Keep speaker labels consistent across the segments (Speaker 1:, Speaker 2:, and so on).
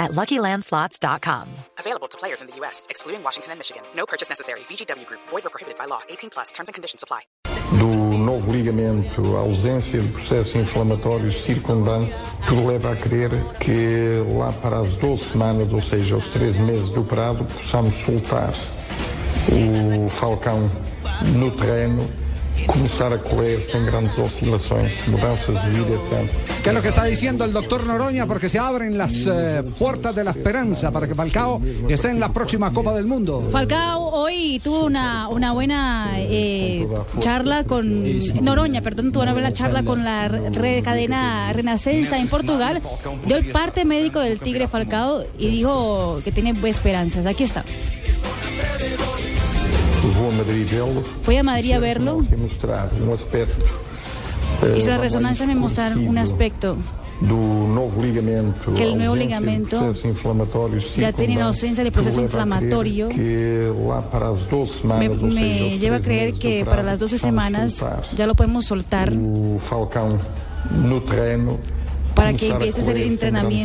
Speaker 1: at luckylandslots.com.
Speaker 2: Available to players in the U.S., excluding Washington and Michigan. No purchase necessary. VGW Group, void or prohibited by law. 18 plus terms and conditions apply.
Speaker 3: do novo ligamento, a ausência de processo inflamatório circundante, tudo leva a crer que lá para as 12 semanas, ou seja, os 3 meses do prado, possamos soltar o falcão no terreno, começar a correr sem grandes oscilações, mudanças de direção.
Speaker 4: ¿Qué es lo que está diciendo el doctor Noroña? Porque se abren las eh, puertas de la esperanza para que Falcao esté en la próxima Copa del Mundo.
Speaker 5: Falcao hoy tuvo una, una buena eh, charla con Noroña, perdón, tuvo una buena charla con la red cadena Renascença en Portugal. Dio el parte médico del Tigre Falcao y dijo que tiene esperanzas. Aquí está.
Speaker 3: Vou a Madrid vê-lo.
Speaker 5: Fui a Madrid a verlo
Speaker 3: Se mostrar um aspecto. eh,
Speaker 5: y sus
Speaker 3: mais
Speaker 5: resonancias me mostraron un
Speaker 3: conhecido.
Speaker 5: aspecto.
Speaker 3: do novo ligamento.
Speaker 5: Que el nuevo
Speaker 3: ausência de
Speaker 5: ligamento
Speaker 3: processo inflamatório
Speaker 5: ya tiene la
Speaker 3: circundante,
Speaker 5: ausencia del proceso
Speaker 3: que leva a crer
Speaker 5: inflamatorio.
Speaker 3: Que lá para as 12
Speaker 5: Me,
Speaker 3: semanas, ou seja,
Speaker 5: me
Speaker 3: os
Speaker 5: lleva a
Speaker 3: três
Speaker 5: creer
Speaker 3: meses do
Speaker 5: que
Speaker 3: prazo,
Speaker 5: para las 12
Speaker 3: vamos
Speaker 5: semanas
Speaker 3: soltar
Speaker 5: ya lo podemos soltar.
Speaker 3: O Falcão no terreno.
Speaker 5: Para que
Speaker 3: começar
Speaker 5: empiece
Speaker 3: correr
Speaker 5: a hacer
Speaker 3: sem grandes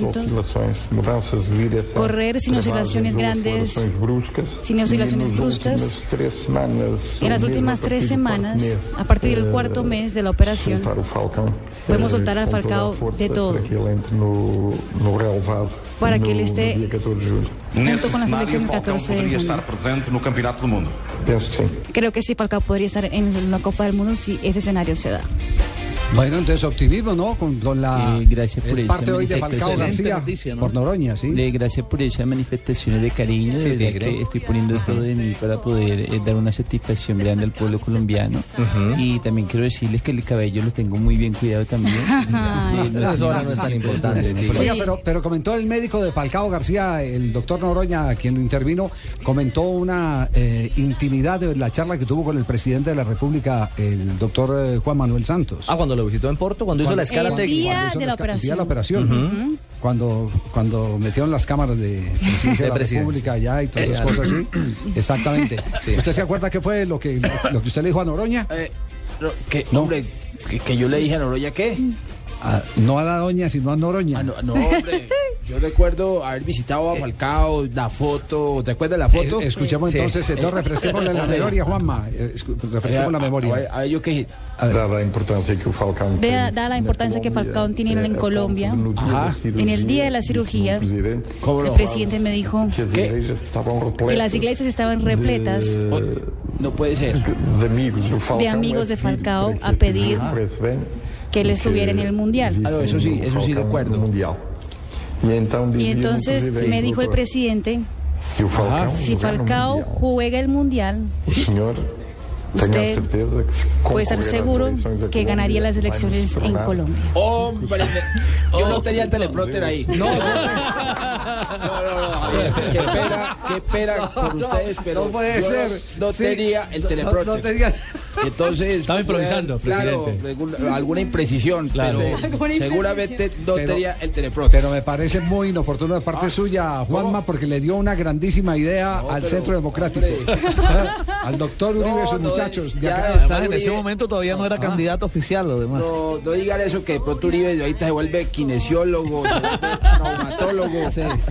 Speaker 5: entrenamientos.
Speaker 3: oscilações, mudanças de direção,
Speaker 5: Correr sin
Speaker 3: travagens
Speaker 5: oscilaciones
Speaker 3: ou
Speaker 5: grandes,
Speaker 3: oscilações bruscas,
Speaker 5: sin oscilaciones
Speaker 3: e nas
Speaker 5: bruscas.
Speaker 3: últimas três semanas,
Speaker 5: En las
Speaker 3: ou mesmo
Speaker 5: últimas
Speaker 3: a partir do
Speaker 5: tres
Speaker 3: quarto
Speaker 5: semanas,
Speaker 3: mês,
Speaker 5: a partir del
Speaker 3: eh,
Speaker 5: cuarto mes de la operación,
Speaker 3: soltar o Falcão.
Speaker 5: Podemos
Speaker 3: eh,
Speaker 5: soltar
Speaker 3: com toda
Speaker 5: al
Speaker 3: a
Speaker 5: Falcao
Speaker 3: força
Speaker 5: de todo.
Speaker 3: Para que ele entre no, no relevado
Speaker 5: Para que
Speaker 3: no-
Speaker 5: ele este-
Speaker 3: no dia 14 de julho.
Speaker 5: Junto
Speaker 6: Nesse
Speaker 5: con la selección
Speaker 6: cenário,
Speaker 5: el
Speaker 6: Falcão
Speaker 5: 14 de
Speaker 6: poderia
Speaker 5: junio.
Speaker 6: estar presente no Campeonato do Mundo.
Speaker 3: Penso que sim.
Speaker 5: Creo que sí, Falcao podría estar en la Copa del Mundo si ese escenario se da.
Speaker 4: Bueno, entonces optimismo, ¿no? Con, con la
Speaker 7: Eh, gracias por
Speaker 4: el
Speaker 7: esa
Speaker 4: parte hoy de
Speaker 7: manifestación.
Speaker 4: Falcao
Speaker 7: Excelente
Speaker 4: García
Speaker 7: noticia, ¿no?
Speaker 4: por Noroña, ¿sí?
Speaker 7: Le Eh, gracias por esas manifestaciones de cariño, de verdad que estoy poniendo todo de mí para poder eh, dar una satisfacción grande al pueblo colombiano. Y también quiero decirles que el cabello lo tengo muy bien cuidado también.
Speaker 5: Ay,
Speaker 7: Eso ahora no es tan importante.
Speaker 4: Oiga, pero, pero comentó el médico de Falcao García, el doctor Noroña, a quien lo intervino, comentó una eh, intimidad de la charla que tuvo con el presidente de la República, el doctor eh, Juan Manuel Santos.
Speaker 8: Ah, cuando lo visitó en Porto, cuando hizo la escala
Speaker 5: El
Speaker 8: técnica.
Speaker 5: día
Speaker 4: Cuando hizo
Speaker 5: de la
Speaker 4: esca- el
Speaker 5: operación.
Speaker 4: día de la operación. Cuando, cuando metieron las cámaras de presidencia de
Speaker 8: De
Speaker 4: la
Speaker 8: presidencia.
Speaker 4: República allá y
Speaker 9: Eh,
Speaker 4: todas esas cosas así. Exactamente. ¿Usted se acuerda qué fue lo que, lo, que usted le dijo a Noroña?
Speaker 9: Eh, que,
Speaker 4: No.
Speaker 9: hombre, que, que yo le dije a Noroya qué.
Speaker 4: A- no a la doña, sino a Noroña.
Speaker 9: Ah, no, no, hombre. Yo recuerdo haber visitado
Speaker 7: Eh.
Speaker 9: a Falcao, la foto, ¿te acuerdas la foto?
Speaker 4: Eh, escuchemos entonces, entonces refresquemos la memoria, Juanma. Eh, escu- Refresquemos
Speaker 7: Ah,
Speaker 4: la
Speaker 9: A ver,
Speaker 4: memoria.
Speaker 9: a ver, yo qué dije.
Speaker 3: Dada a importância que o Falcão
Speaker 5: Vea-
Speaker 3: tem
Speaker 5: dada a
Speaker 3: na
Speaker 5: importância que
Speaker 3: Colômbia,
Speaker 5: Falcão tem
Speaker 3: eh,
Speaker 5: em
Speaker 3: a
Speaker 5: Colômbia.
Speaker 3: ponto de e no dia
Speaker 9: Ajá.
Speaker 3: da cirurgia,
Speaker 5: En el día de la
Speaker 3: disse
Speaker 5: cirugía,
Speaker 3: o presidente
Speaker 9: ¿Cómo
Speaker 5: El
Speaker 9: no?
Speaker 5: presidente me dijo
Speaker 3: que as
Speaker 9: ¿Qué?
Speaker 3: igrejas estavam repletas
Speaker 5: que las iglesias estaban repletas
Speaker 9: Oh,
Speaker 3: de,
Speaker 9: No puede ser.
Speaker 3: de amigos do Falcão.
Speaker 5: De amigos de Falcao a
Speaker 3: este
Speaker 5: pedir que
Speaker 3: e
Speaker 5: él estuviera en el Mundial.
Speaker 3: Ah,
Speaker 9: Ah, no, eso sí, eso sí recuerdo.
Speaker 3: Mundial. E Y entonces,
Speaker 5: y entonces me dijo el presidente,
Speaker 3: Si o Falcao,
Speaker 9: Ajá.
Speaker 5: si
Speaker 3: jogar no
Speaker 5: Falcao
Speaker 3: Mundial,
Speaker 5: juega el Mundial,
Speaker 3: o senhor tenha
Speaker 5: usted
Speaker 3: certeza que se
Speaker 5: puede estar
Speaker 3: concorrer
Speaker 5: seguro
Speaker 3: às eleições da
Speaker 5: que ganaría
Speaker 3: Colômbia,
Speaker 5: las
Speaker 3: vai nos
Speaker 5: elecciones en
Speaker 3: tornar
Speaker 5: Colombia.
Speaker 9: Hombre, me- yo no tenía el teleprompter ahí. No, no, no, Javier, qué pena, qué pena por ustedes, pero
Speaker 4: no puede
Speaker 9: yo
Speaker 4: ser.
Speaker 9: no
Speaker 4: Sí.
Speaker 9: tenía el
Speaker 4: No-
Speaker 9: teleprompter.
Speaker 4: no tenía-
Speaker 9: Entonces, pues,
Speaker 7: Estaba improvisando,
Speaker 9: claro,
Speaker 7: presidente.
Speaker 9: alguna, alguna imprecisión,
Speaker 7: Claro.
Speaker 9: pero seguramente no
Speaker 4: Pero-
Speaker 9: tenía el teleprompter.
Speaker 4: Pero me parece muy inoportuno de parte suya, Juanma, porque le dio una grandísima idea
Speaker 9: Ah, No,
Speaker 4: al
Speaker 9: pero,
Speaker 4: Centro Democrático.
Speaker 9: hombre.
Speaker 4: Al doctor Uribe y sus
Speaker 9: no,
Speaker 4: muchachos. de
Speaker 9: ya
Speaker 4: acá. Ah.
Speaker 9: está
Speaker 10: Además, en ese
Speaker 9: Uribe.
Speaker 10: momento todavía no era candidato oficial, lo demás.
Speaker 9: No, no digan eso que de pronto Uribe ahorita se vuelve kinesiólogo, se vuelve traumatólogo.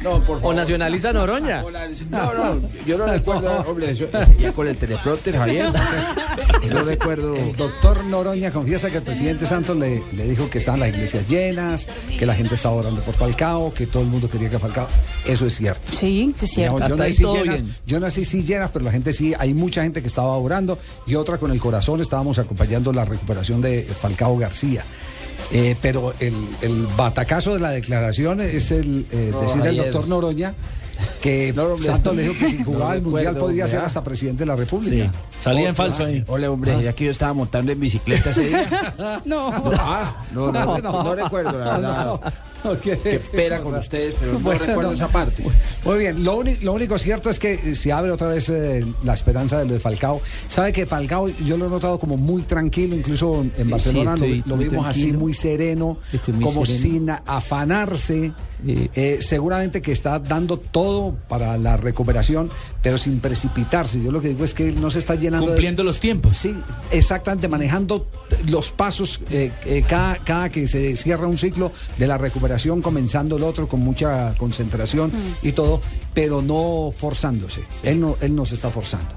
Speaker 9: No, por
Speaker 8: O
Speaker 9: favor.
Speaker 8: nacionaliza Noroña.
Speaker 9: Ah, Hola, No, no, yo no recuerdo, hombre, eso- ese día con el teleprompter, Javier. eh, No recuerdo.
Speaker 4: El doctor Noroña confiesa que el presidente Santos le, le dijo que estaban las iglesias llenas, que la gente estaba orando por Falcao, que todo el mundo quería que Falcao. Eso es cierto.
Speaker 5: sí, sí es cierto.
Speaker 4: Digamos, yo,
Speaker 10: Hasta ahí
Speaker 4: nací
Speaker 10: todo
Speaker 4: llenas,
Speaker 10: bien.
Speaker 4: yo nací sí llenas, pero la gente sí, hay mucha gente que estaba orando y otra con el corazón estábamos acompañando la recuperación de Falcao García. Eh, pero el, el batacazo de la declaración es el eh, decir al
Speaker 9: ayer.
Speaker 4: doctor Noroña que
Speaker 9: No, hombre.
Speaker 4: Santos le dijo que si jugaba
Speaker 9: No
Speaker 4: el Mundial
Speaker 9: recuerdo,
Speaker 4: podría ser
Speaker 9: ¿verdad?
Speaker 4: hasta presidente de la República.
Speaker 7: Salía en
Speaker 9: Otro,
Speaker 7: falso
Speaker 9: ah,
Speaker 7: ahí.
Speaker 9: sí. Ole, hombre, ya que yo estaba montando en bicicleta ese día.
Speaker 4: No.
Speaker 9: Ah, no, no, no recuerdo, la verdad. Qué pera con ustedes, pero no recuerdo esa parte.
Speaker 4: Muy bien, lo, uni- lo único cierto es que eh, se abre otra vez eh, la esperanza de lo de Falcao. Sabe que Falcao yo lo he notado como muy tranquilo, incluso en- en
Speaker 7: Sí,
Speaker 4: Barcelona lo-
Speaker 7: estoy
Speaker 4: lo,
Speaker 7: muy
Speaker 4: vimos así
Speaker 7: tranquilo.
Speaker 4: muy sereno,
Speaker 7: Estoy muy
Speaker 4: como
Speaker 7: sereno.
Speaker 4: sin a- afanarse.
Speaker 7: Sí.
Speaker 4: Eh, seguramente que está dando todo para la recuperación, pero sin precipitarse. Yo lo que digo es que él no se está llenando de-
Speaker 11: Cumpliendo los tiempos.
Speaker 4: Sí, exactamente, manejando los pasos eh, eh, cada, cada que se cierra un ciclo de la recuperación, comenzando el otro con mucha concentración y todo, pero no forzándose. Él, no, él no se está forzando.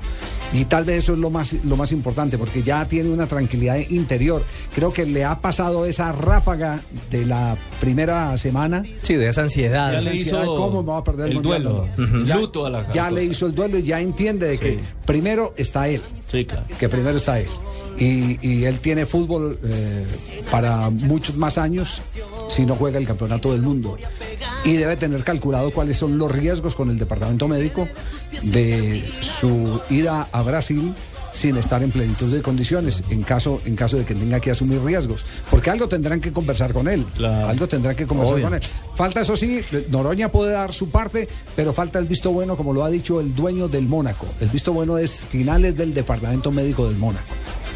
Speaker 4: Y tal vez eso es lo más, lo más importante, porque ya tiene una tranquilidad interior. Creo que le ha pasado esa ráfaga de la primera semana.
Speaker 8: Sí, de esa ansiedad.
Speaker 11: Ya
Speaker 4: esa
Speaker 11: le
Speaker 4: ansiedad,
Speaker 11: hizo
Speaker 4: ¿Cómo me va a perder el,
Speaker 11: el
Speaker 4: Mundial?
Speaker 11: duelo.
Speaker 4: No, no.
Speaker 11: Ujú.
Speaker 4: Ya-
Speaker 11: Luto a la-
Speaker 4: Ya le
Speaker 11: cosa.
Speaker 4: hizo el duelo y ya entiende de que
Speaker 11: Sí.
Speaker 4: primero está él
Speaker 11: Sí, claro.
Speaker 4: que primero está él. Y, y él tiene fútbol eh, para muchos más años si no juega el campeonato del mundo. Y debe tener calculado cuáles son los riesgos con el departamento médico de su ida a Brasil sin estar en plenitud de condiciones en caso en caso de que tenga que asumir riesgos porque algo tendrán que conversar con él
Speaker 11: Claro.
Speaker 4: algo tendrán que conversar
Speaker 8: Obvio.
Speaker 4: con él falta eso sí Noroña puede dar su parte pero falta el visto bueno como lo ha dicho el dueño del Mónaco el visto bueno es finales del departamento médico del Mónaco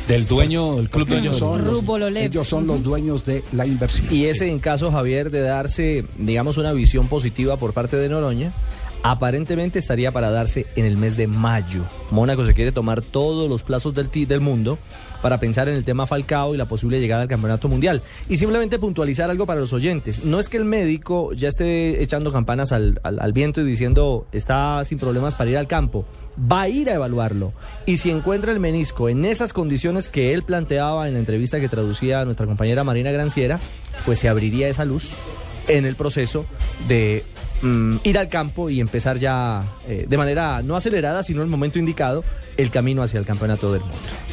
Speaker 11: Del dueño, del club dueño.
Speaker 4: ellos son, los,
Speaker 5: Rubolev.
Speaker 4: ellos son los dueños de la inversión
Speaker 10: Y ese en caso, Javier, de darse, digamos, una visión positiva por parte de Noroña, aparentemente estaría para darse en el mes de mayo. Mónaco se quiere tomar todos los plazos del, ti- del mundo para pensar en el tema Falcao y la posible llegada al Campeonato Mundial. Y simplemente puntualizar algo para los oyentes. No es que el médico ya esté echando campanas al, al- al viento y diciendo está sin problemas para ir al campo. Va a ir a evaluarlo. Y si encuentra el menisco en esas condiciones que él planteaba en la entrevista que traducía a nuestra compañera Marina Granciera, pues se abriría esa luz en el proceso de mm, ir al campo y empezar ya eh, de manera no acelerada, sino en el momento indicado, el camino hacia el campeonato del mundo.